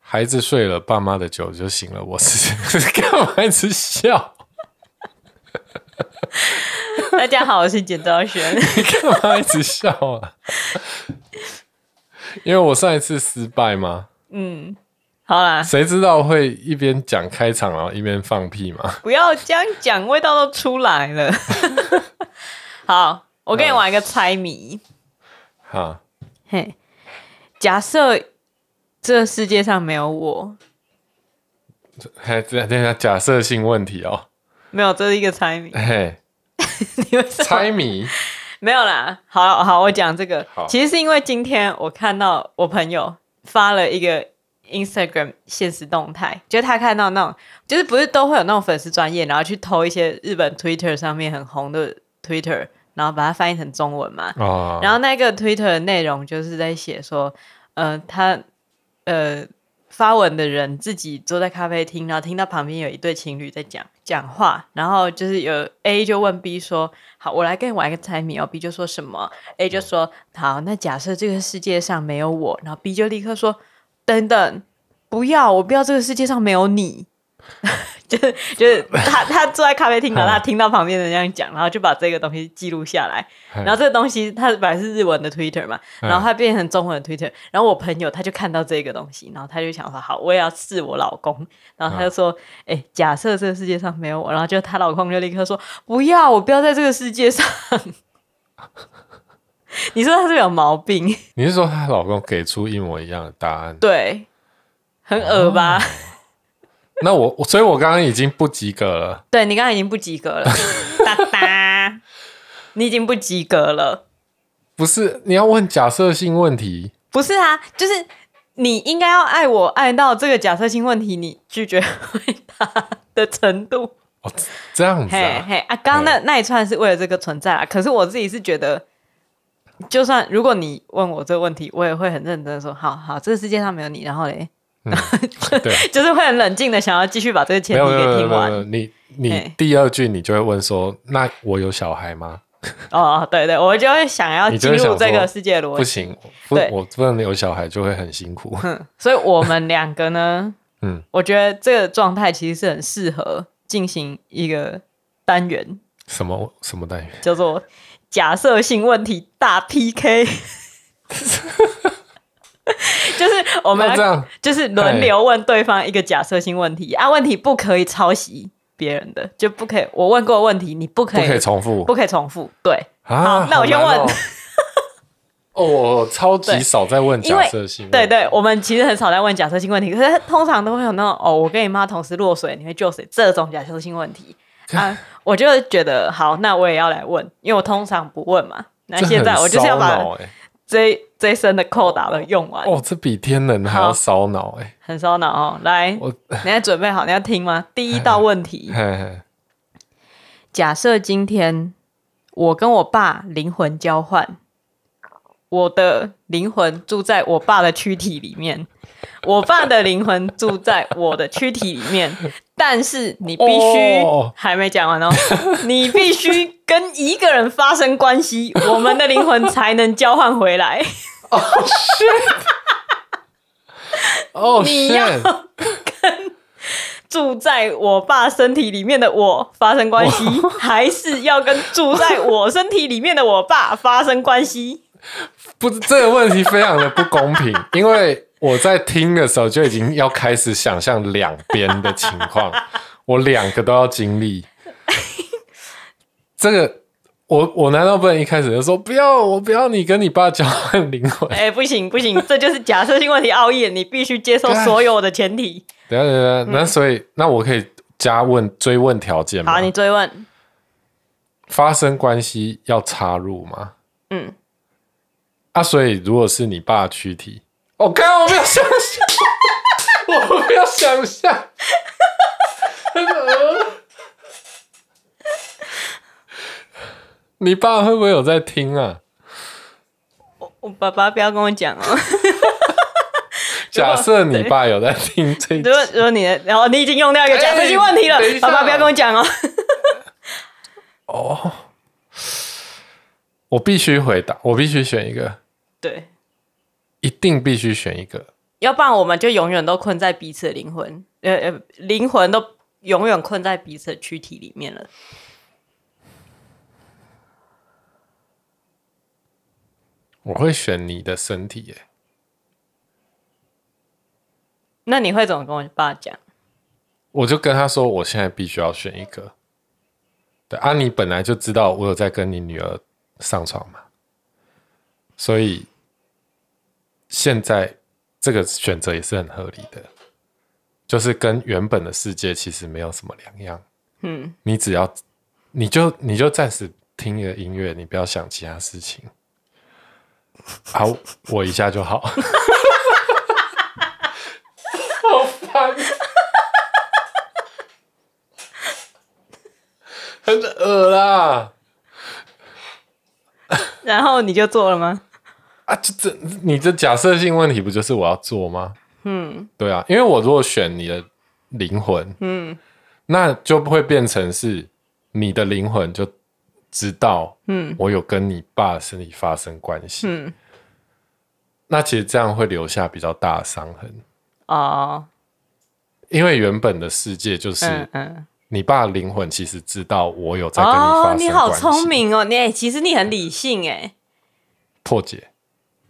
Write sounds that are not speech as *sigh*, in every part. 孩子睡了，爸妈的酒就醒了。我是 *laughs* 干嘛一直笑？ *laughs* *laughs* 大家好，我是简昭轩。 *laughs* 你干嘛一直笑啊？因为我上一次失败嘛，好啦，谁知道会一边讲开场然后一边放屁嘛？不要这样讲，味道都出来了。 *laughs* 好，我跟你玩一个猜谜。哈，嘿，假设这世界上没有我，还等等一下假设性问题哦，。没有，这是一个猜 *laughs* 谜嘿，你们什么猜谜，没有啦。好好，我讲这个好。其实是因为今天我看到我朋友发了一个 Instagram 现实动态，就是他看到那种，就是不是都会有那种粉丝专业，然后去偷一些日本 Twitter 上面很红的 Twitter，然后把它翻译成中文嘛。哦， *laughs* 然后那个 Twitter 的内容就是在写说，呃，他呃发文的人自己坐在咖啡厅，然后听到旁边有一对情侣在讲讲话，然后就是有 A 就问 B 说：“好，我来跟你玩一个猜谜哦。”B 就说什么？A 就说：“好，那假设这个世界上没有我。”然后 B 就立刻说：“等等，不要，我不要这个世界上没有你。” *laughs* 就是就是他他坐在咖啡厅，然后他听到旁边人这样讲，然后就把这个东西记录下来，嘿然后这个东西它本来是日文的 Twitter 嘛，嗯然后它变成中文的 Twitter，然后我朋友他就看到这个东西，然后他就想说好，我也要试我老公，然后他就说，哎、假设这个世界上没有我，然后就她老公就立刻说不要，我不要在这个世界上。 *laughs* 你说他是不是有毛病？你是说她老公给出一模一样的答案？对，很恶吧？那我，我所以，我刚刚已经不及格了。对你刚才已经不及格了，哒哒，你已经不及格了。不是，你要问假设性问题，不是啊，就是你应该要爱我爱到这个假设性问题，你拒绝回答的程度。哦这样子嘿啊？嘿啊，刚刚那那一串是为了这个存在啊。可是我自己是觉得，就算如果你问我这个问题，我也会很认真的说，好好，这个世界上没有你，然后嘞， *laughs* 对，就是会很冷静的想要继续把这个前没有提没有给没有听没有没完。有，你你嘿第二句你就会问说，那我有小孩吗？哦，对对，我就会想要你进就会入想这说个世界的逻不辑。行，不，对我不能有小孩就会很辛苦。嗯，所以我们两个呢，嗯嗯，我觉得这个状态其实是很适合进行一个单元，什么什么单元？叫做假设性问题大 PK。就是我我们哦这来样哎就是轮流问对方一个假设性问题啊，问题不可以抄袭别人的，就不可以。我问过的问题，你不可不以可以重复不可以重复，对，啊好那我先好难哦 *laughs* 问哦，我超级对少在问因假为设性问对题，对，我们其实很少在问假设性问题，可是通常都会有那种哦，我跟你妈同时落水，你会救谁这种假设性问题啊，我就觉得好，那我也要来问，因为我通常不问嘛。那这现在很我就是要烧把脑欸这这一生的扣打都用完，哦，这比天能还要好烧脑哎！很烧脑哦。来，我哎你要准备好，你要听吗？第一道问题嘿，嘿假设今天我跟我爸灵魂交换，我的灵魂住在我爸的躯体里面，我爸的灵魂住在我的躯体里面。但是你必须、哦还没讲完哦，你必须跟一个人发生关系，我们的灵魂才能交换回来。哦，你要 shit 住在我爸身体里面的我发生关系， *laughs* 还是要跟住在我身体里面的我爸发生 *laughs* 关系？不是这个问题非常的不公平，因为我在听的时候就已经要开始想象两边的情况，我两个都要经历。这个，我我难道不能一开始就说不要我不要你跟你爸交换灵魂？哎、不行不行，这就是假设性问题熬夜，你必须接受所有的 *laughs* 前提。等一下等一下，那所以那我可以加问追问条件吗嗯好，？你追问，发生关系要插入吗？嗯，啊，所以如果是你爸的躯体，我刚刚我没有想象，我没有想象。你爸会不会有在听啊？我爸爸不要跟我讲哦。 *laughs* 假设你爸有在听这一集如果如果你的，然后你已经用掉一个假设性问题 *laughs* 了，哎等一下爸爸不要跟我讲哦。 *laughs* 我必须回答，我必须选一个，对，一定必须选一个。要不然我们就永远都困在彼此的灵魂，呃呃，灵魂都永远困在彼此的躯体里面了。我会选你的身体耶、那你会怎么跟我爸讲？我就跟他说，我现在必须要选一个。对啊，你本来就知道我有在跟你女儿上床嘛，所以现在这个选择也是很合理的，就是跟原本的世界其实没有什么两样。嗯，你只要你就你就暂时听着音乐，你不要想其他事情。好，我一下就好。 *laughs* 好烦。很恶啦然后你就做了吗？啊！这这你这假设性问题不就是我要做吗？嗯，对啊，因为我如果选你的灵魂，嗯，那就不会变成是你的灵魂就知道，嗯，我有跟你爸的身体发生关系，嗯，那其实这样会留下比较大的伤痕，哦，因为原本的世界就是、嗯嗯，你爸的灵魂其实知道我有在跟你发生哦关，系，你好聪，明哦，你、哎其实你很理性哎。破解。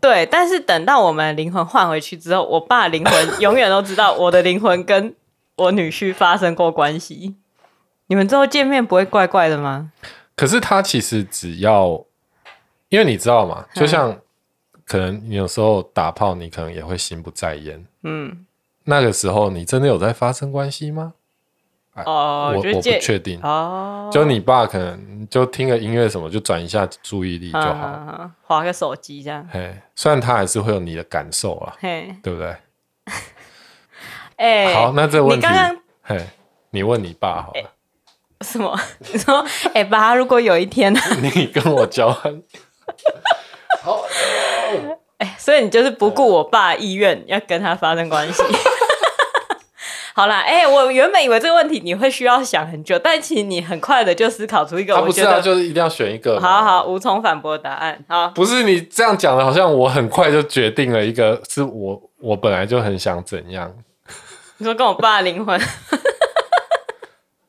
对，但是等到我们灵魂换回去之后，我爸灵魂永远都知道我的灵魂跟我女婿发生过关系。你们之后见面不会怪怪的吗？可是他其实只要，因为你知道嘛，嗯就像可能你有时候打炮，你可能也会心不在焉。嗯，那个时候，你真的有在发生关系吗？哦，我就我是不见确定。哦，就你爸可能就听个音乐什么，就转一下注意力就嗯好。嗯嗯划个手机这样。嘿，虽然他还是会有你的感受啊，嘿，对不对？哎、好，那这个问你题刚刚，嘿，你问你爸好哎了。什么？ *laughs* 你说，哎、爸，如果有一天， *laughs* 你跟我交 *laughs* 换，所以你就是不顾我爸意愿要跟他发生 *laughs* 关系。好啦，哎、我原本以为这个问题你会需要想很久，但其实你很快的就思考出一个，他我不是觉啊，得就是一定要选一个嘛。好好无从反驳答案。好，不是你这样讲的，好像我很快就决定了一个，是我我本来就很想怎样你说跟我爸灵魂，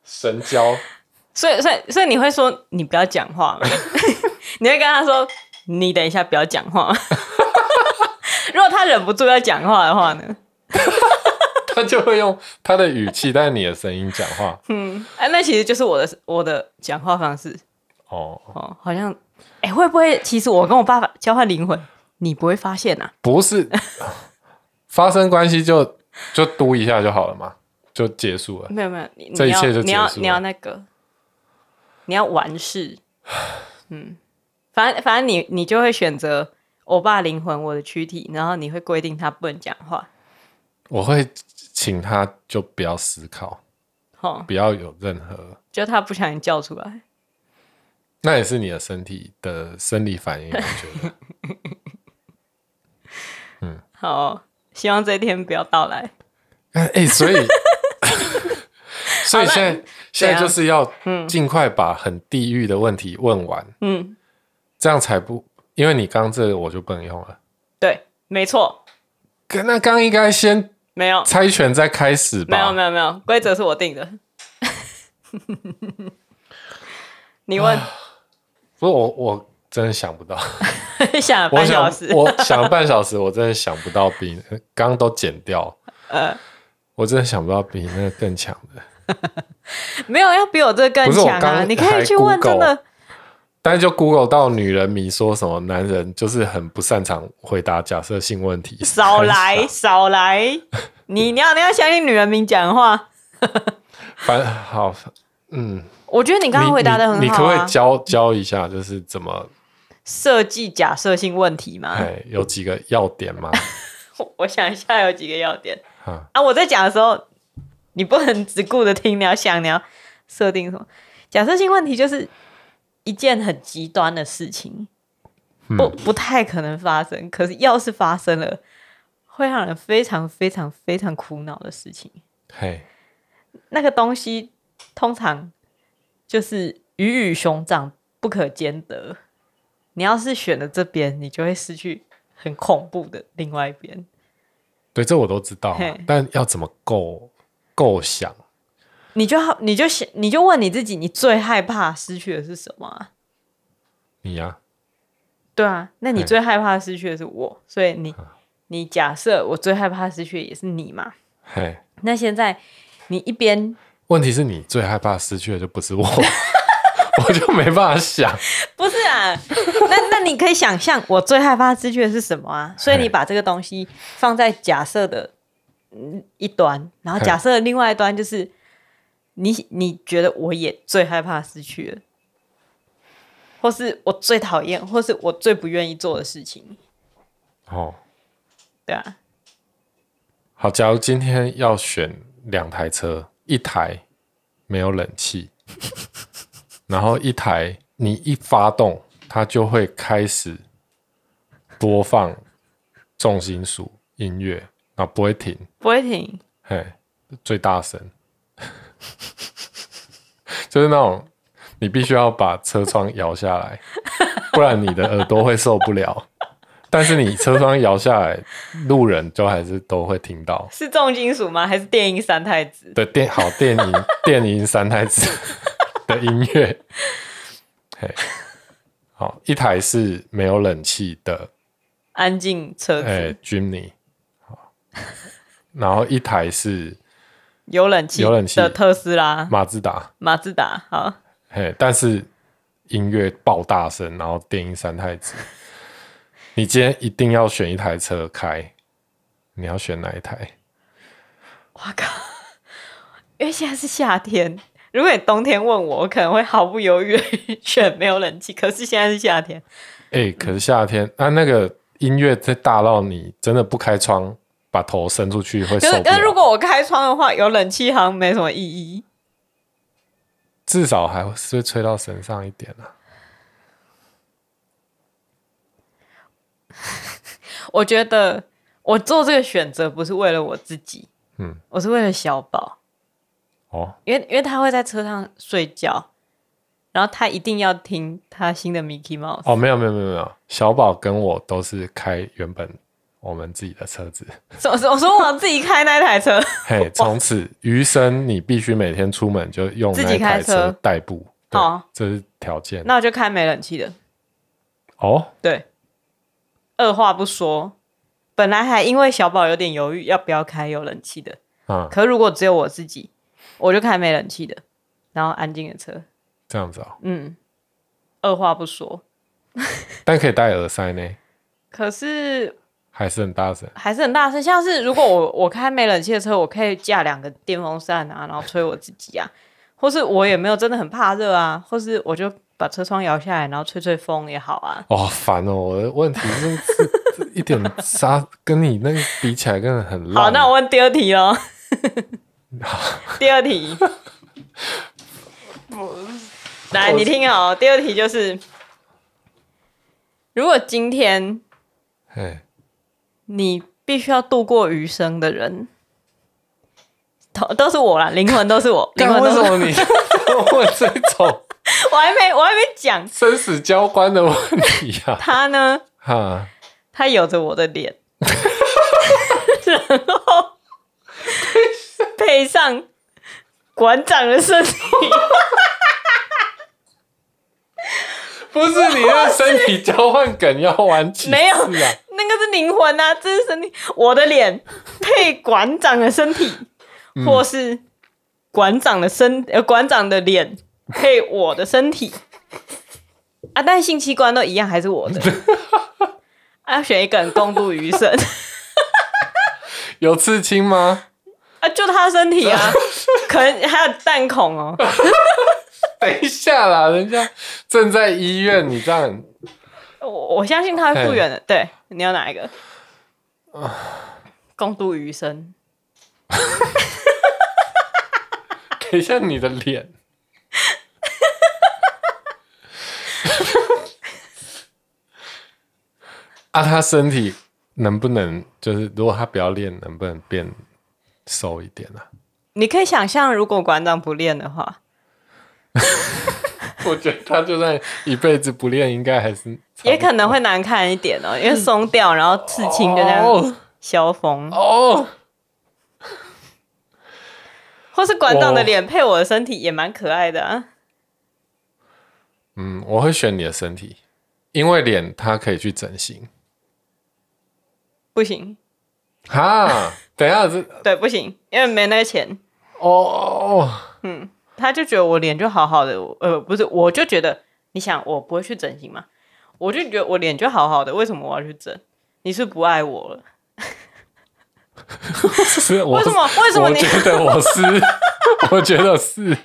神交， *laughs* 所以所以所以你会说你不要讲话吗？ *laughs* 你会跟他说你等一下不要讲 *laughs* 话吗。如果他忍不住要讲话的话呢？他就会用他的语气，但是你的声音讲话。嗯，哎、那其实就是我的我的讲话方式。哦，哦，好像，哎、会不会其实我跟我爸爸交换灵魂，你不会发现啊呐、不是，发生关系就就嘟一下就好了嘛，就结束了。没有没有，你你这一要切就你要结束了你要那个，你要 *sighs* 完事，嗯，反正反正你你就会选择我爸灵魂我的躯体，然后你会规定他不能讲话，我会请他就不要思考，哦，不要有任何，就他不小心叫出来，那也是你的身体的生理反应，我觉得。好、希望这一天不要到来。哎、哎 *laughs* 所以，所以现在现在就是要尽快把很地狱的问题问完，嗯，这样才不，因为你刚刚这个我就不能用了。对，没错，可那刚应该先没有猜拳再开始吧？没有没有没有，规则是我定的。 *laughs* 你问，不是我，我真的想不 *laughs* 到。想了我半想小时，，我想了半小时，我真的想不到比你刚刚都剪掉。呃我真的想不到比你那个更强的， *laughs* 没有要比我这更不是我强啊！刚你可还以去问，真 Google 的但是就 Google 到女人迷说什么男人就是很不擅长回答假设性问题，少来少来， *laughs* 你你要你要相信女人民讲话。反好，嗯，我觉得你刚刚回答的很好、啊你你可不可以教教一下，就是怎么设计假设性问题嘛？哎有几个要点 *laughs* 吗？我我想一下有几个要点啊啊！我在讲的时候，你不能只顾着听，你要想，你要设定什么假设性问题，就是一件很极端的事情，不不太可能发生，可是要是发生了，会让人非常非常非常苦恼的事情。嘿，那个东西通常就是鱼与熊掌不可兼得。你要是选了这边，你就会失去很恐怖的另外一边。对，这我都知道啊嘿，但要怎么构构想？你就好，你就想，你就问你自己，你最害怕失去的是什么、啊？你啊呀、对啊，那你嘿最害怕失去的是我，所以你你假设我最害怕失去的也是你嘛？嘿，那现在你一边问题是你最害怕失去的就不是我， *laughs* 我就没办法想。不是啊， *laughs* 那那你可以想象我最害怕失去的是什么啊？所以你嘿把这个东西放在假设的嗯一端，然后嘿假设的另外一端就是你你觉得我也最害怕失去了，或是我最讨厌，或是我最不愿意做的事情，哦，对啊，好，假如今天要选两台车，一台没有冷气， *laughs* 然后一台你一发动，它就会开始播放重金属音乐，啊，不会停，不会停，嘿，最大声， *laughs* 就是那种你必须要把车窗摇下来，不然你的耳朵会受不了。 *laughs* 但是你车窗摇下来，路人就还是都会听到。是重金属吗？还是电音三太子？的电好电影 *laughs* 电影三太子的音乐，嘿，好，一台是没有冷气的，安静车子、哎、j i m n y 好，然后一台是有冷气有冷气的特斯拉、马自达，马自达，好，嘿，但是音乐爆大声，然后电音三太子，你今天一定要选一台车开，你要选哪一台？我靠！，Oh 因为现在是夏天，如果你冬天问我，我可能会毫不犹豫地选没有冷气。可是现在是夏天，哎、可是夏天，那、那个音乐在大到你真的不开窗，把头伸出去会可受是不可是如了。果我开窗的话，有冷气好像没什么意义。至少还是会吹到身上一点啊。我觉得我做这个选择不是为了我自己，嗯，我是为了小宝，哦，因为因为他会在车上睡觉，然后他一定要听他新的 Mickey Mouse。哦，没有没有没有没有，小宝跟我都是开原本我们自己的车 *laughs* 子。所所我说我自己开那台车，嘿，从此余生你必须每天出门就用自己那台开车代步。对哦，这是条件。那我就开没冷气的。哦，对，二话不说，本来还因为小宝有点犹豫要不要开有冷气的，啊、可如果只有我自己，我就开没冷气的，然后安静的车，这样子哦，嗯，二话不说。但可以戴耳塞呢，可是还是很大声。还是很大声，像是如果我我开没冷气的车，我可以架两个电风扇啊，然后吹我自己啊，或是我也没有真的很怕热啊，或是我就把车窗摇下来，然后吹吹风也好啊。哦，好烦哦！我的问题真是这一点沙， *laughs* 跟你那个比起来，真的很烂。好，那我问第二题 *laughs* 喽。第二题，来，你听好哦，第二题就是，如果今天嘿，你必须要度过余生的人，都都是我啦，灵魂都是我，灵 *laughs* 干魂为都是什我，么你问这种我还没我还没讲生死交关的问题啊呀、他呢，哈，他有着我 *laughs* 的脸，然后配上馆长的身体。不是你那身体交换梗要玩几次啊？没有那个是灵魂啊，这是身体。我的脸配馆长的身体，或是馆长的身呃馆长的脸配我的身体啊，但是性器官都一样，还是我的。啊，要选一个人共度余生 *laughs* 有刺青吗？啊，就他的身体啊，可能还有弹孔哦。等一下啦，人家正在医院，你这样我我相信他会复原的。对，你要哪一个？共度余生，等一下你的脸。 *laughs* 啊，他身体能不能就是，如果他不要练，能不能变瘦一点啊？你可以想象，如果馆长不练的话，我觉得他就算一辈子不练，应该还是差不多也可能会难看一点哦，因为松掉，然后刺青就这嗯样。哦萧峰，哦，或是馆长的我脸配我的身体也蛮可爱的啊。嗯，我会选你的身体，因为脸它可以去整形。不行，哈，等一下这对，不行，因为没那个钱。哦哦，他就觉得我脸就好好的，我呃，不是，我就觉得，你想，我不会去整形嘛，我就觉得我脸就好好的，为什么我要去整？你是不爱我了？是我为什么？为什么我你？觉得我是， *laughs* 我觉得是，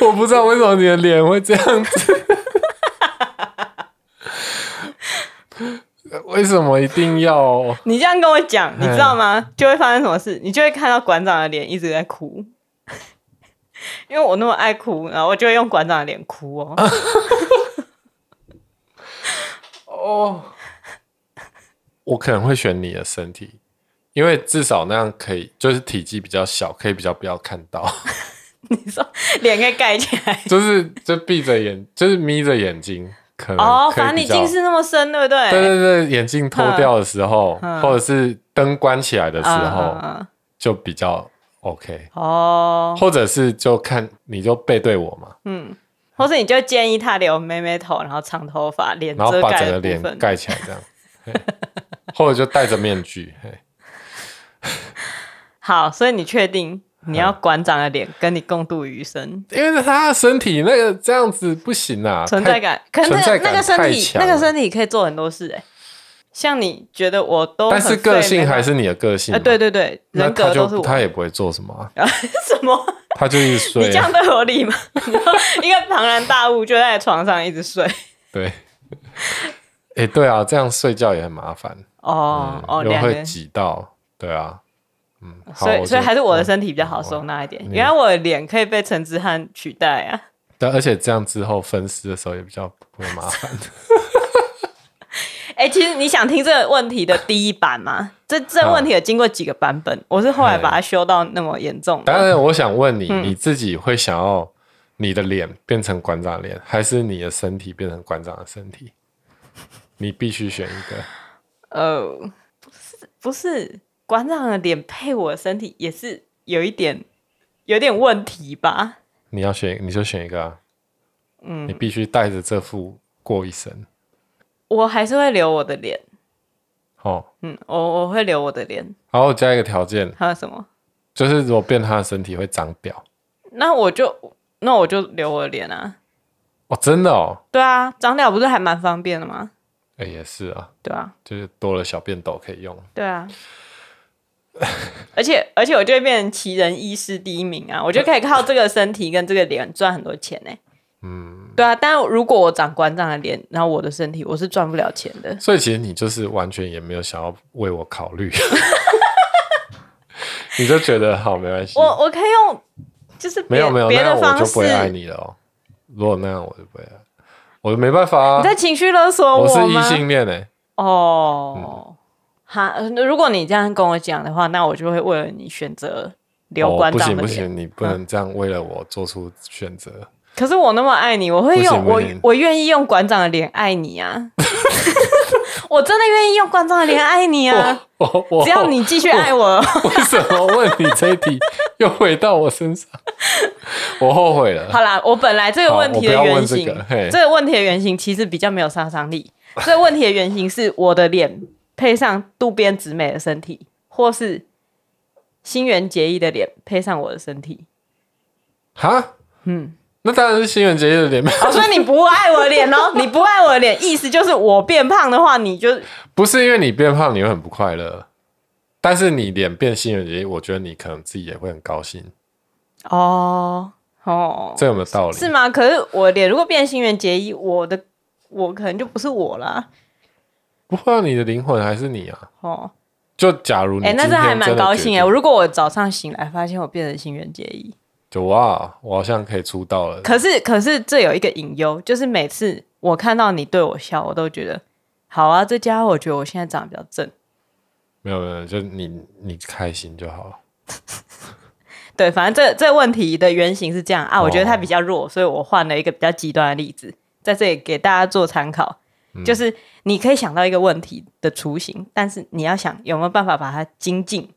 我不知道为什么你的脸会这样子。为什么一定要？你这样跟我嗯讲，你知道吗？就会发生什么事？你就会看到馆长的脸一直在哭，因为我那么爱哭，然后我就会用馆长的脸哭哦。哦，我可能会选你的身体，因为至少那样可以，就是体积比较小，可以比较不要看到，你说脸可以盖起来 *laughs* 就是就闭着眼，就是眯着眼睛，可能哦，可以反正你比较近视那么深，对不对？对对对，眼镜脱掉的时候，嗯或者是灯关起来的时候嗯，嗯嗯就比较 OK，哦，或者是就看你就背对我嘛，嗯，或是你就建议他留妹妹头，然后长头发，脸然后遮把盖整个的部脸分。盖起来这样，嘿或者就戴着面具，嘿好，所以你确定你要馆长的脸跟你共度余生？因为他的身体那个这样子不行啊，存太在感，可是那存在个感那个身太体，强那了个身体可以做很多事哎、像你觉得我都很但是个废没性办还法是你的个性呃，嘛，对对对，那人他格都就是我。他也不会做什么啊，什么？他就一直 *laughs* 你睡这啊，样对我有理吗？你说一个庞然大物就在床上一直睡。对， *laughs* 哎，对啊，这样睡觉也很麻烦，嗯哦、哦，又两个会人，挤到，对啊，嗯，好所以我所以就还是我的嗯身体比较好收纳一点。嗯原来我的脸可以被陈之汉取代啊。 *laughs* 对，而且这样之后分尸的时候也比较不会麻 *laughs* 烦。哎、其实你想听这个问题的第一版吗？这这问题有经过几个版本，我是后来把它修到那么严重当的。然，我想问嗯你，你自己会想要你的脸变成馆长脸，还是你的身体变成馆长的身体？你必须选一个。呃，不是不是，馆长的脸配我的身体也是有一点有点问题吧？你要选，你就选一个、啊。嗯，你必须带着这副过一生。我还是会留我的脸，哦，嗯，我我会留我的脸，然后我加一个条件，还有什么？就是如果变他的身体会长屌。那我就那我就留我的脸啊。哦，真的哦，对啊，长脸不是还蛮方便的吗？哎、也是啊，对啊，就是多了小便斗可以用。对啊， *laughs* 而且而且我就会变成奇人异事第一名啊！我就可以靠这个身体跟这个脸赚很多钱呢、嗯，对啊，但如果我长馆长的脸，然后我的身体，我是赚不了钱的。所以其实你就是完全也没有想要为我考虑， *laughs* 你就觉得好没关系我，我可以用就是别没有没有，那别的样我方就式不会爱你了哦。如果那样，我就不会爱，我就没办法啊你，在情绪勒索我是异吗？性恋哎，哦，哈、如果你这样跟我讲的话，那我就会为了你选择留哦馆不长行的不脸。嗯行，你不能这样为了我做出选 *laughs* 择。可是我那么爱你，我会不行用不我行我愿意用馆长的脸爱你 *laughs* 啊！我真的愿意用馆长的脸爱你 *laughs* 啊！我我只要你继续爱我，为什么问你这一题又回到我身上？ *laughs* 我后悔了。 *laughs* 好啦，我本来这个问题的好我不要原问这型，个嘿个问题的原型其实比较没有杀伤力。这个问题的原型是我的脸配上渡边直美的身体，或是新垣结衣的脸配上我的身体。哈，嗯，那当然是新垣结衣的脸，哦，所以你不爱我的脸 *laughs* 哦，你不爱我的脸，意思就是我变胖的话，你就不是因为你变胖你会很不快乐，但是你脸变新垣结衣，我觉得你可能自己也会很高兴，哦哦，这有没有道理？是吗？可是我脸如果变新垣结衣，我的我可能就不是我啦。不会啊，你的灵魂还是你啊。哦，就假如你哎、那今这天还蛮真的高决兴哎、定如果我早上醒来发现我变成新垣结衣，就哇，我好像可以出道了。可是可是这有一个隐忧，就是每次我看到你对我笑，我都觉得好啊，这家伙我觉得我现在长得比较正。没有没有，就你你开心就好了。对，反正这这问题的原型是这样啊，我觉得它哦比较弱，所以我换了一个比较极端的例子，在这里给大家做参考。嗯就是你可以想到一个问题的雏形，但是你要想有没有办法把它精进，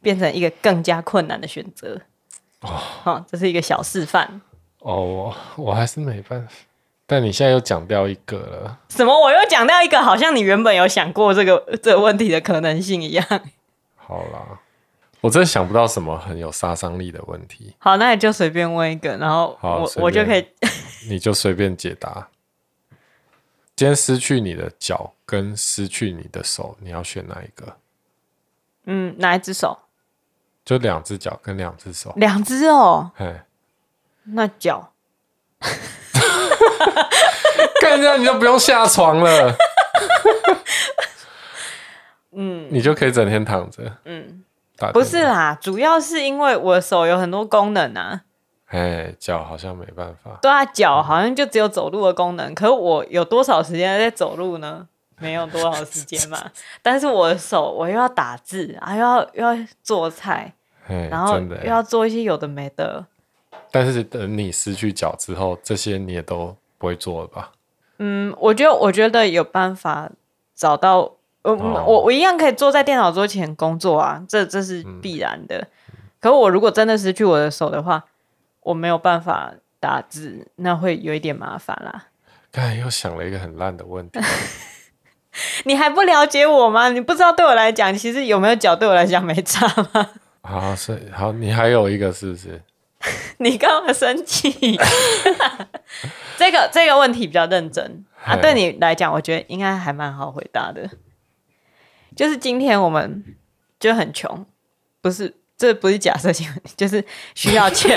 变成一个更加困难的选择。哦，这是一个小示范。哦，我我还是没办法。但你现在又讲掉一个了，什么？我又讲到一个好像你原本有想过这个这个问题的可能性一样。好啦，我真的想不到什么很有杀伤力的问题，好，那你就随便问一个，然后好我随便我就可以。你就随便解答。今天失去你的脚跟失去你的手，你要选哪一个？嗯，哪一只手？就两只脚跟两只手，两只哦，哎，那脚。干这样你就不用下床 *laughs* 了。嗯，你就可以整天躺着。嗯，不是，啊啦，主要是因为我手有很多功能啊。哎，脚好像没办法。对啊，脚好像就只有走路的功能，可我有多少时间在走路呢？没有多少时 *laughs* 间嘛。但是我的手，我又要打字啊，又要又要做菜，哎，然后真又的。要做一些有的没的。但是等你失去脚之后，这些你也都不会做了吧？嗯，我觉得我觉得有办法找到，呃哦嗯我我一样可以坐在电脑桌前工作啊，这这是必然的。可我如果真的失去我的手的话，我没有办法打字，那会有一点麻烦啦。刚才又想了一个很烂的问题。你还不了解我吗？你不知道对我来讲，其实有没有脚对我来讲没差吗？ *laughs* 好，所以好，你还有一个是不是？你干嘛生气？这个这个问题比较认真啊，嘿对你来讲，我觉得应该还蛮好回答的。就是今天我们就很穷，不是这不是假设性问题，就是需要钱，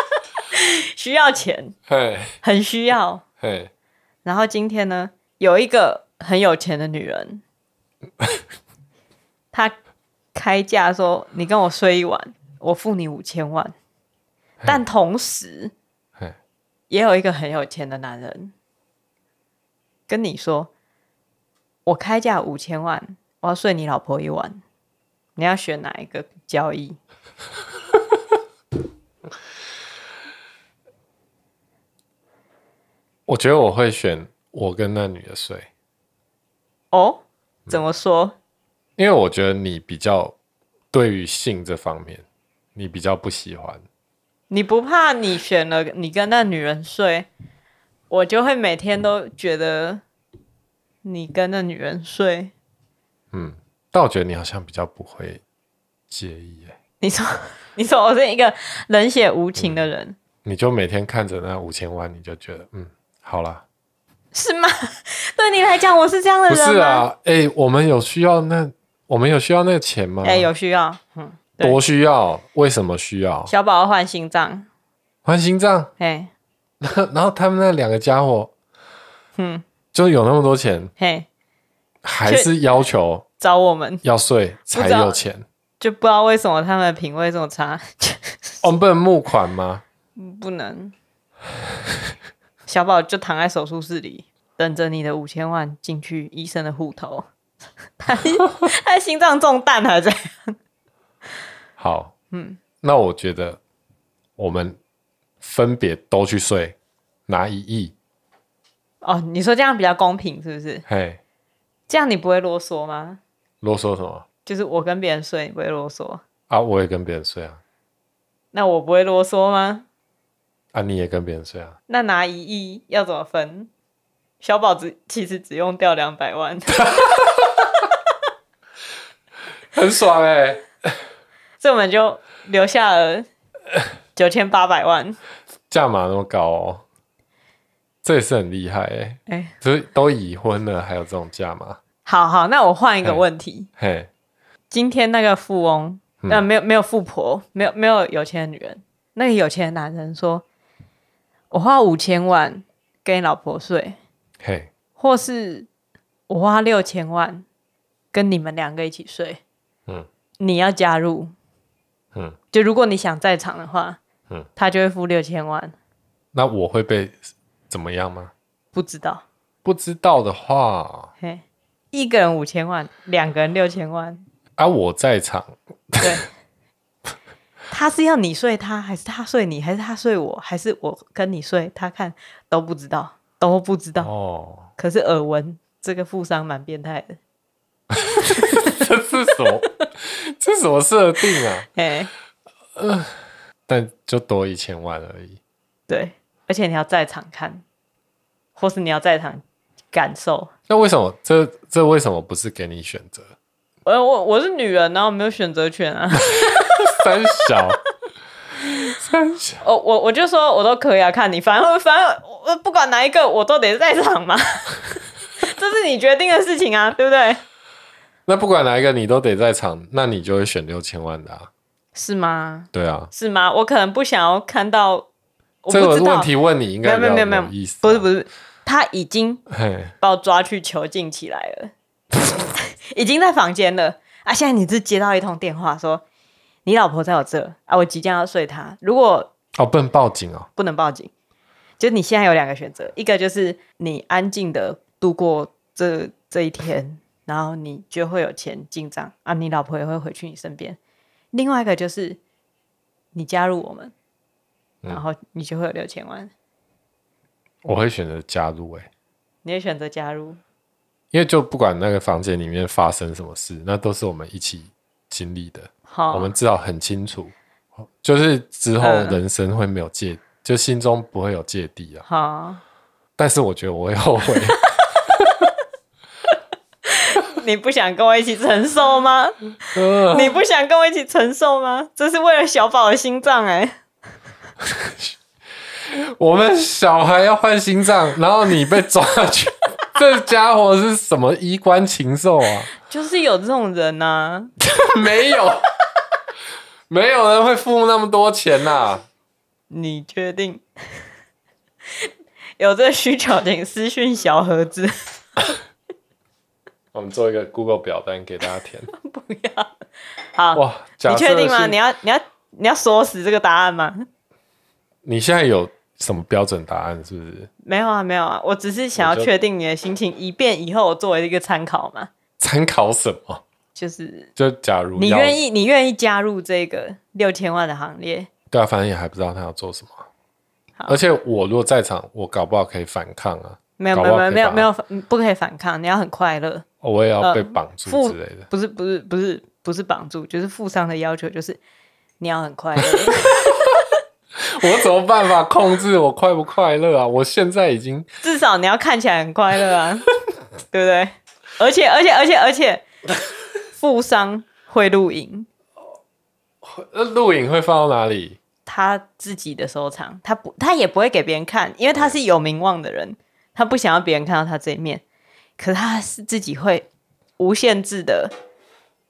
*laughs* 需要钱，嘿，很需要。嘿，然后今天呢，有一个很有钱的女人，她开价说：“你跟我睡一晚，我付你五千万。”但同时嘿，也有一个很有钱的男人跟你说：“我开价五千万，我要睡你老婆一晚。”你要选哪一个交易？我觉得我会选我跟那女的睡，哦，怎么说？因为我觉得你比较对于性这方面，你比较不喜欢。你不怕你选了你跟那女人睡，我就会每天都觉得你跟那女人睡。但我觉得你好像比较不会介意，哎，你说， *laughs* 你说我是一个冷血无情的人，你就每天看着那五千万，你就觉得嗯，好啦，是吗？ *laughs* 对你来讲，我是这样的不人吗？是啊，哎、我们有需要那我们有需要那个钱吗？哎、有需要，嗯，对多需要？为什么需要？小宝要换心脏，哎换心脏？ *laughs* 嘿，然后他们那两个家伙，嗯，就有那么多钱，嘿，还是要求找我们要睡才有钱？就不知道为什么他们的品味这么差，我们不能募款吗？不能。小宝就躺在手术室里，等着你的五千万进去医生的户头。 *laughs* 他他心脏中弹还在，好，嗯，那我觉得我们分别都去睡，拿一亿，哦，你说这样比较公平是不是？嘿，这样你不会啰嗦吗？啰嗦什么就是我跟别人睡，你不会啰嗦，啊？我也跟别人睡啊，那我不会啰嗦吗？啊，你也跟别人睡啊？那拿一亿要怎么分？小宝只其实只用掉两百万， *laughs* 很爽哎、所以我们就留下了九千八百万。价码那么高哦，这也是很厉害哎、欸，哎、就是都已婚了还有这种价码，好好，那我换一个哎问题。嘿，今天那个富翁，嗯呃，没有没有富婆，没有没有有钱的女人，那个有钱的男人说：“我花五千万跟你老婆睡，嘿，或是我花六千万跟你们两个一起睡。”嗯，你要加入，嗯，就如果你想在场的话，嗯，他就会付六千万。那我会被怎么样吗？不知道，不知道的话，嘿，一个人五千万，两个人六千万，啊，我在场，对。 *laughs* 他是要你睡他，还是他睡你，还是他睡我，还是我跟你睡？他看都不知道，都不知道。哦，可是耳闻这个富商蛮变态的，这是什么？ *laughs* 这是什么设定啊？哎，但就多一千万而已。对，而且你要在场看，或是你要在场感受。那为什么这这为什么不是给你选择？呃，我我是女人，然后没有选择权 *laughs* 啊。三小， *laughs* 三小，哦，我我就说我都可以啊，看你，反正反正我不管哪一个，我都得在场 *laughs* 嘛，这是你决定的事情啊，对不对？那不管哪一个你都得在场，那你就会选六千万的啊。是吗？对啊，是吗？我可能不想要看到，我这不个知道问，题问你应没该有比没较有没有没有意思、，啊。不是不是，他已经嘿，把我抓去囚禁起来了， *laughs* 已经在房间了啊！现在你是接到一通电话说，你老婆在我这啊，我即将要睡她，如果哦，不能报警哦。不能报警。就你现在有两个选择，一个就是你安静的度过这这一天，然后你就会有钱进账啊，你老婆也会回去你身边；另外一个就是你加入我们，嗯然后你就会有六千万。我会选择加入诶、欸你也选择加入，因为就不管那个房间里面发生什么事，那都是我们一起经历的，好，我们知道很清楚，就是之后哦嗯人生会没有芥，就心中不会有芥蒂啊。好，但是我觉得我会后 *laughs* 悔， *laughs* 你不想跟我一起承受 *laughs* 吗？呃你不想跟我一起承受吗？这是为了小宝的心脏哎、我们小孩要换心脏，然后你被抓去， *laughs* 这家伙是什么衣冠禽兽啊？ *laughs* 就是有这种人啊呐、没有，没有人会付那么多钱呐、你确定 *laughs* 有这个需求，请私讯小盒子，我们做一个 Google 表单给大家 *laughs* 填。 *laughs* 不要。好，哇，你假设确定吗？是你要你要你要锁死这个答案吗？你现在有什么标准答案？是不是没有啊，没有啊，我只是想要我就确定你的心情，以便以后我作为一个参考嘛。参考什么？就是就假如你要愿意，你愿意加入这个六千万的行列，对啊，反正也还不知道他要做什么啊。好而且我如果在场，我搞不好可以反抗啊，没有搞没不好有没有可以没有吧没有反，不可以反抗，你要很快乐。我也要呃被绑住付之类的。不是不是不是不是绑住，就是富商的要求就是你要很快乐。我怎么办法控制我快不快乐啊？我 *laughs* 现在已经至少你要看起来很快乐啊， *laughs* 对不对？而且而且而且而且，富商会录影呃录影会放到哪里？他自己的收藏，他不他也不会给别人看，因为他是有名望的人，他不想要别人看到他这一面。可是他是自己会无限制的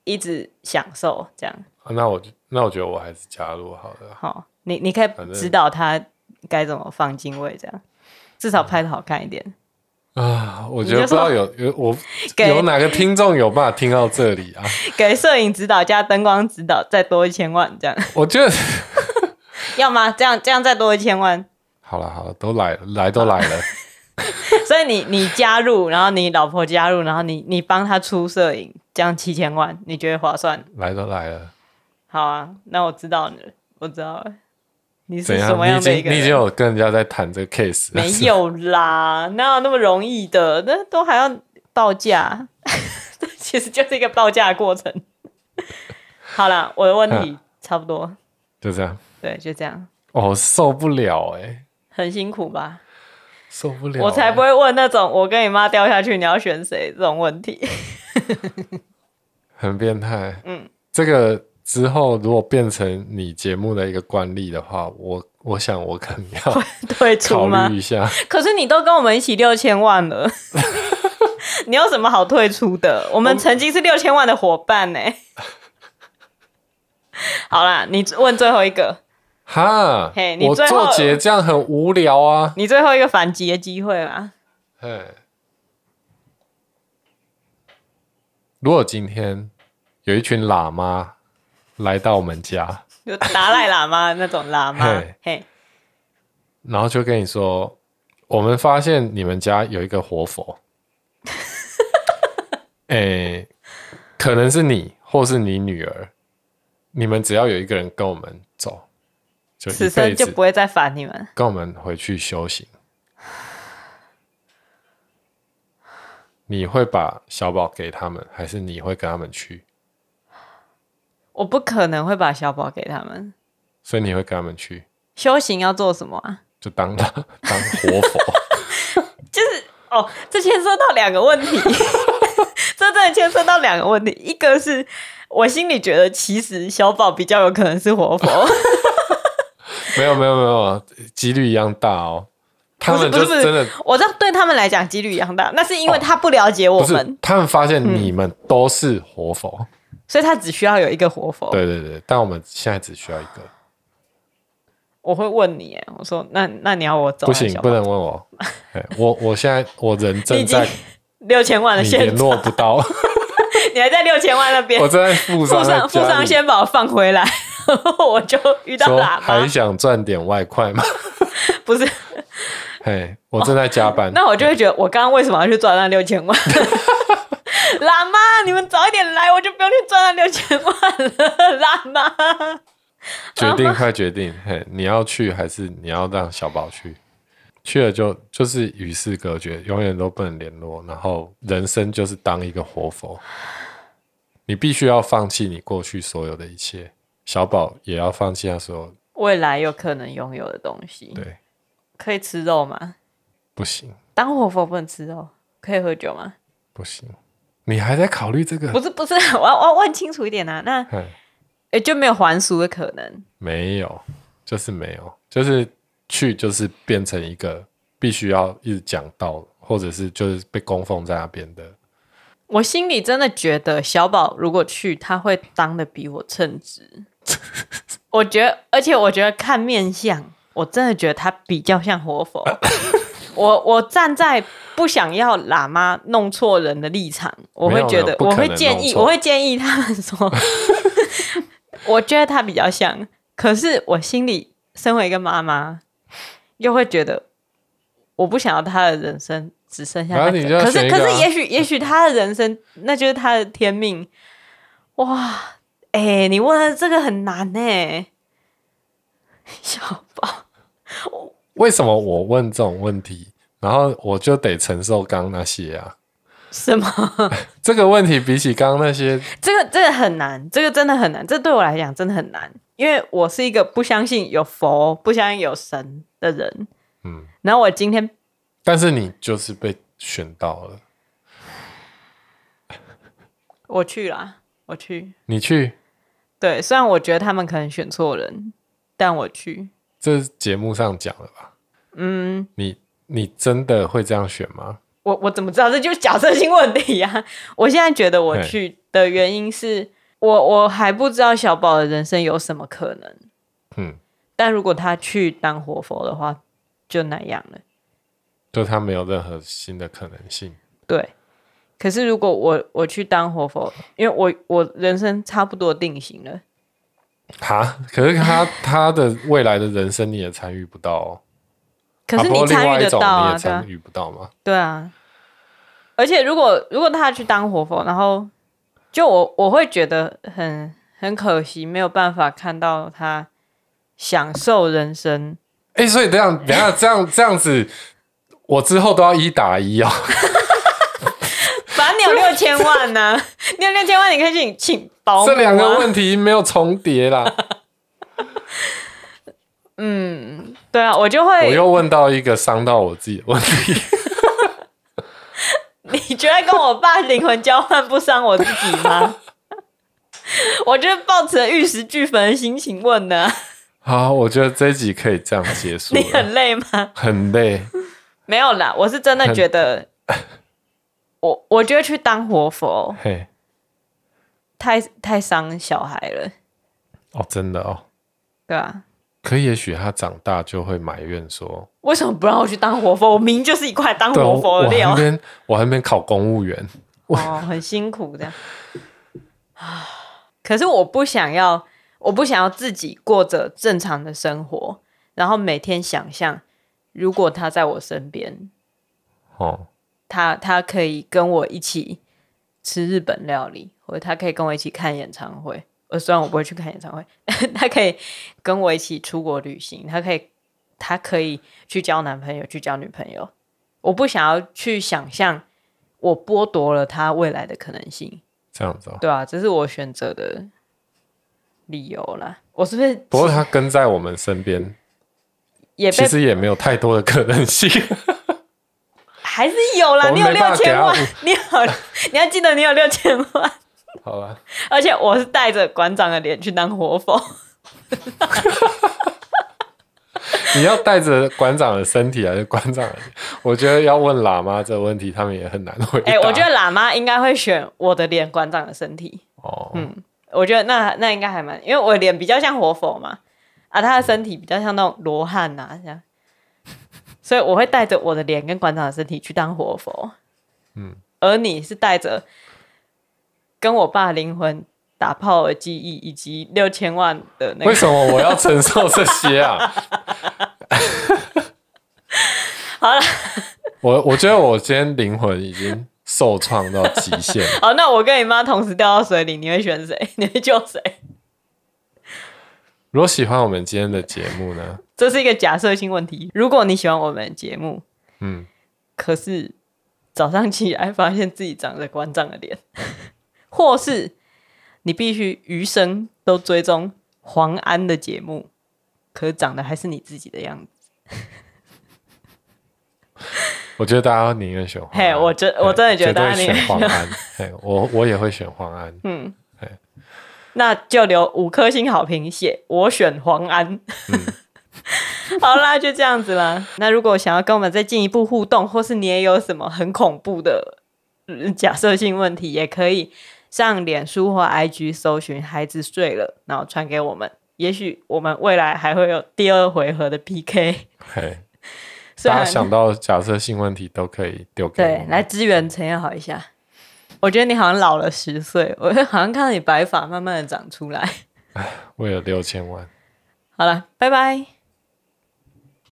一直享受，这样啊那我就那我觉得我还是加入好了。啊好、你你可以反正指导他该怎么放进位，这样至少拍的好看一点。啊，我觉你得不知就道有有我给有哪个听众有办法听到这里啊？给摄影指导加灯光指导再多一千万这样，我觉得要吗？这样这样再多一千万，好了好了，都来了，来都来了，所以你你加入，然后你老婆加入，然后你你帮她出摄影，这样七千万，你觉得划算？来都来 *laughs* 了，好啊，那我知道你了，我知道了，你怎是什样？么你已样的一经个你已经人？有跟人家在谈这个 case 了没有啦，哪有那么容易的？那都还要报价， *laughs* 这其实就是一个报价的过程。好啦，我的问嗯题差不多， *laughs* 就这样。对，就这样，哦，受不了哎、很辛苦吧？受不了、我才不欸。会问那种我跟你妈掉下去你要选谁这种问题。很变态。嗯，这个之后如果变成你节目的一个惯例的话，我我想我可能要 *laughs* 退出考吗虑？一 *laughs* 下。可是你都跟我们一起六千万了，你有什么好退出的？我们曾经是六千万的伙伴呢、好啦，你问最后一个， *laughs* 哈嘿，你我最后做结这样很无聊啊。你最后一个反击的机会啦。嘿，如果今天有一群喇嘛来到我们家，就达赖喇嘛那种喇嘛嘿，嘿，然后就跟你说，我们发现你们家有一个活 *laughs* 佛，诶、可能是你或是你女儿，你们只要有一个人跟我们走，就此一辈生就子不会再烦你们。跟我们回去修行。你会把小宝给他们，还是你会跟他们去？我不可能会把小宝给他们。所以你会跟他们去，修行要做什么啊？就当当活 *laughs* 佛。哦，这牵涉到两个问题， *laughs* 这真的牵涉到两个问题，一个是我心里觉得其实小宝比较有可能是活哦佛，没有没有没有，几率一样大哦。他们不就是不是真的我这对他们来讲几率一样大，那是因为哦他不了解我不是们，，嗯他们发现你们都是活佛。所以他只需要有一个活佛。对对对，但我们现在只需要一个，哦我会问你耶，我说那那你要我走不还是行小，宝不能问我。哎我我现在我人正在你已六千万的你现联状，络不 *laughs* 到，你还在六千万那边我正在负富伤在商富家商里先把我放回来， *laughs* 然后我就遇到说喇还嘛，想赚点外快吗？不是嘿，我正在加班。哦 *laughs* 那我就会觉得，我刚刚为什么要去赚那六千 *laughs* 万？喇嘛，你们早一点来，我就不用去赚那六千万了。喇嘛，决定快决定，嘿，你要去还是你要让小宝去？去了就就是与世隔绝，永远都不能联络。然后人生就是当一个活佛，你必须要放弃你过去所有的一切，小宝也要放弃他所有。 *laughs* 未来有可能拥有的东西，对，可以吃肉吗？不行当活佛不能吃肉，可以喝酒吗？不行，你还在考虑这个不？是不是，我要我要问清楚一点啊。那嗯，诶就没有还俗的可能。没有，就是没有，就是去就是变成一个必须要一直讲道，或者是就是被供奉在那边的我心里真的觉得小宝如果去，他会当的比我称职。 *laughs* 我觉得，而且我觉得看面相，我真的觉得他比较像 *laughs* 活佛。我我站在不想要喇嘛弄错人的立场，我没会有觉没有得，不我可会能建弄议，错我会建议他们 *laughs* 说，我觉得他比较像。可是我心里，身为一个妈妈，又会觉得，我不想要他的人生只剩下、然那后个你就要可是选一可个是啊也许也许他的人生那就是他的天命。哇，哎、你问的这个很难呢、 *laughs* 小宝，为什么我问这种问题，然后我就得承受刚刚那些啊？什么？这个问题比起刚刚那些，这个这个很难，这个真的很难，这对我来讲真的很难，因为我是一个不相信有佛、不相信有神的人。嗯，然后我今天但是你就是被选到了，我去啦，我去。你去，对，虽然我觉得他们可能选错人，但我去。这是节目上讲了吧？嗯，你你真的会这样选吗？我我怎么知道？这就是假设性问题呀、我现在觉得我去的原因是我我还不知道小宝的人生有什么可能，嗯，但如果他去当活佛的话，就那样了。就他没有任何新的可能性。对，可是如果我我去当活佛，因为我我人生差不多定型了，哈，可是 *laughs* 他他的未来的人生你也参与不到哦。可是啊不你过另参外与一得种到你也啊，对啊参，与不到嘛？对啊。而且如果如果他去当活佛，然后就我我会觉得很很可惜，没有办法看到他享受人生。哎、所以这样，等一下这样这样子，我之后都要一打一哦。反正你有六千万呢、 *laughs* 你有六千万，你可以请请保姆、啊。这两个问题没有重叠啦。对啊，我就我会，又问到一个伤到我自己的 *laughs* 问题，你觉得跟我爸灵魂交换不伤我自己 *laughs* 吗？我就是抱持玉石俱焚的心情问的啊、好，我觉得这一集可以这样结束你了，很累吗？很累，没有啦，我是真的很觉得，我我觉得去当活佛嘿，太太伤小孩了，哦，真的哦，对吧、可也许他长大就会埋怨说，为什么不让我去当活佛？我明明就是一块当对啊，活佛我的我还料没，边我还没考公务员，哦，很辛苦 *sighs* 的。啊可是我不想要，我不想要自己过着正常的生活，然后每天想象，如果他在我身边，哦，他他可以跟我一起吃日本料理，或者他可以跟我一起看演唱会。呃，虽然我不会去看演唱会， *laughs* 他可以跟我一起出国旅行，他可以他可以去交男朋友，去交女朋友。我不想要去想象我剥夺了他未来的可能性。这样子哦。对啊，这是我选择的理由啦。我是不是不过他跟在我们身边，也被其实也没有太多的可能性。 *laughs* 还是有啦？我们你有没办法六给千他万，你有， *laughs* 你要记得你有六千万，好了，而且我是带着馆长的脸去当活佛，你要带着馆长的身体还是馆长的？我觉得要问喇嘛这个问题，他们也很难回答。哎、我觉得喇嘛应该会选我的脸，馆长的身体。哦，我觉得那那应该还蛮，因为我脸比较像活佛嘛，啊，他的身体比较像那种罗汉呐、这样，所以我会带着我的脸跟馆长的身体去当活佛。嗯，而你是带着跟我爸灵魂打炮的记忆，以及六千万的那为个，什么我要承受这些啊？ *laughs* 好了， *laughs* 我我觉得我今天灵魂已经受创到极限了。好，哦那我跟你妈同时掉到水里，你会选谁？ *laughs* 你会救谁？如果喜欢我们今天的节目呢，这是一个假设性问题。如果你喜欢我们的节目，嗯，可是早上起来发现自己长着馆长的脸， *laughs* 或是你必须余生都追踪黄安的节目，可是长得还是你自己的样子。我觉得大家宁愿选黄安。嘿我真对我真的觉得大家绝宁对选愿黄 *laughs* 安。嘿，我我也会选黄安。嗯嘿，那就留五颗星好评，写我选黄安。 *laughs* 好啦，就这样子啦。那如果想要跟我们再进一步互动，或是你也有什么很恐怖的、呃假设性问题，也可以上脸书或 IG 搜寻“孩子睡了”，然后传给我们。也许我们未来还会有第二回合的 PK。嘿， *laughs* 虽大家然想到假设性问题都可以丢给我对们，来支援陈彦豪一下，我觉得你好像老了十岁，我好像看到你白发慢慢的长出来。为了六千万。好了，拜拜。